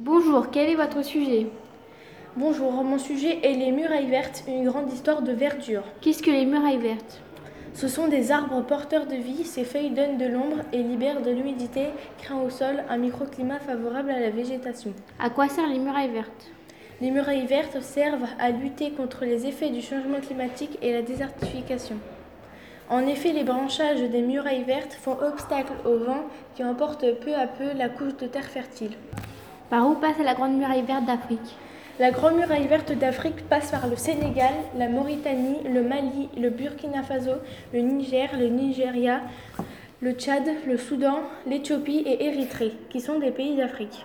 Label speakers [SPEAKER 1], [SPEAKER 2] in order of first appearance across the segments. [SPEAKER 1] Bonjour, quel est votre sujet
[SPEAKER 2] Bonjour, mon sujet est les murailles vertes, une grande histoire de verdure.
[SPEAKER 1] Qu'est-ce que les murailles vertes
[SPEAKER 2] Ce sont des arbres porteurs de vie, ces feuilles donnent de l'ombre et libèrent de l'humidité, créant au sol un microclimat favorable à la végétation.
[SPEAKER 1] À quoi servent les murailles vertes
[SPEAKER 2] Les murailles vertes servent à lutter contre les effets du changement climatique et la désertification. En effet, les branchages des murailles vertes font obstacle au vent qui emporte peu à peu la couche de terre fertile.
[SPEAKER 1] Par où passe la grande muraille verte d'Afrique
[SPEAKER 2] La Grande Muraille Verte d'Afrique passe par le Sénégal, la Mauritanie, le Mali, le Burkina Faso, le Niger, le Nigeria, le Tchad, le Soudan, l'Éthiopie et Érythrée, qui sont des pays d'Afrique.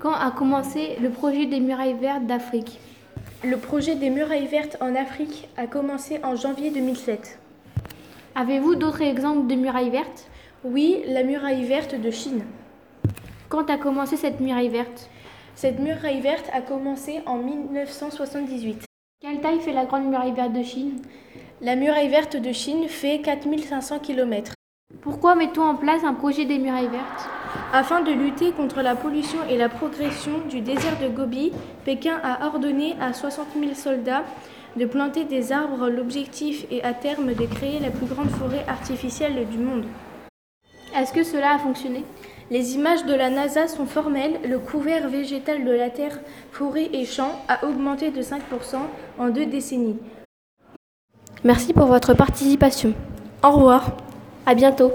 [SPEAKER 1] Quand a commencé le projet des murailles vertes d'Afrique
[SPEAKER 2] Le projet des murailles vertes en Afrique a commencé en janvier 2007.
[SPEAKER 1] Avez-vous d'autres exemples de murailles vertes
[SPEAKER 2] Oui, la muraille verte de Chine.
[SPEAKER 1] Quand a commencé cette muraille verte
[SPEAKER 2] Cette muraille verte a commencé en 1978.
[SPEAKER 1] Quelle taille fait la grande muraille verte de Chine
[SPEAKER 2] La muraille verte de Chine fait 4500 km.
[SPEAKER 1] Pourquoi mettons en place un projet des murailles vertes
[SPEAKER 2] Afin de lutter contre la pollution et la progression du désert de Gobi, Pékin a ordonné à 60 000 soldats de planter des arbres. L'objectif est à terme de créer la plus grande forêt artificielle du monde.
[SPEAKER 1] Est-ce que cela a fonctionné
[SPEAKER 2] Les images de la NASA sont formelles. Le couvert végétal de la Terre, forêt et champs a augmenté de 5% en deux décennies.
[SPEAKER 3] Merci pour votre participation.
[SPEAKER 2] Au revoir.
[SPEAKER 3] À bientôt.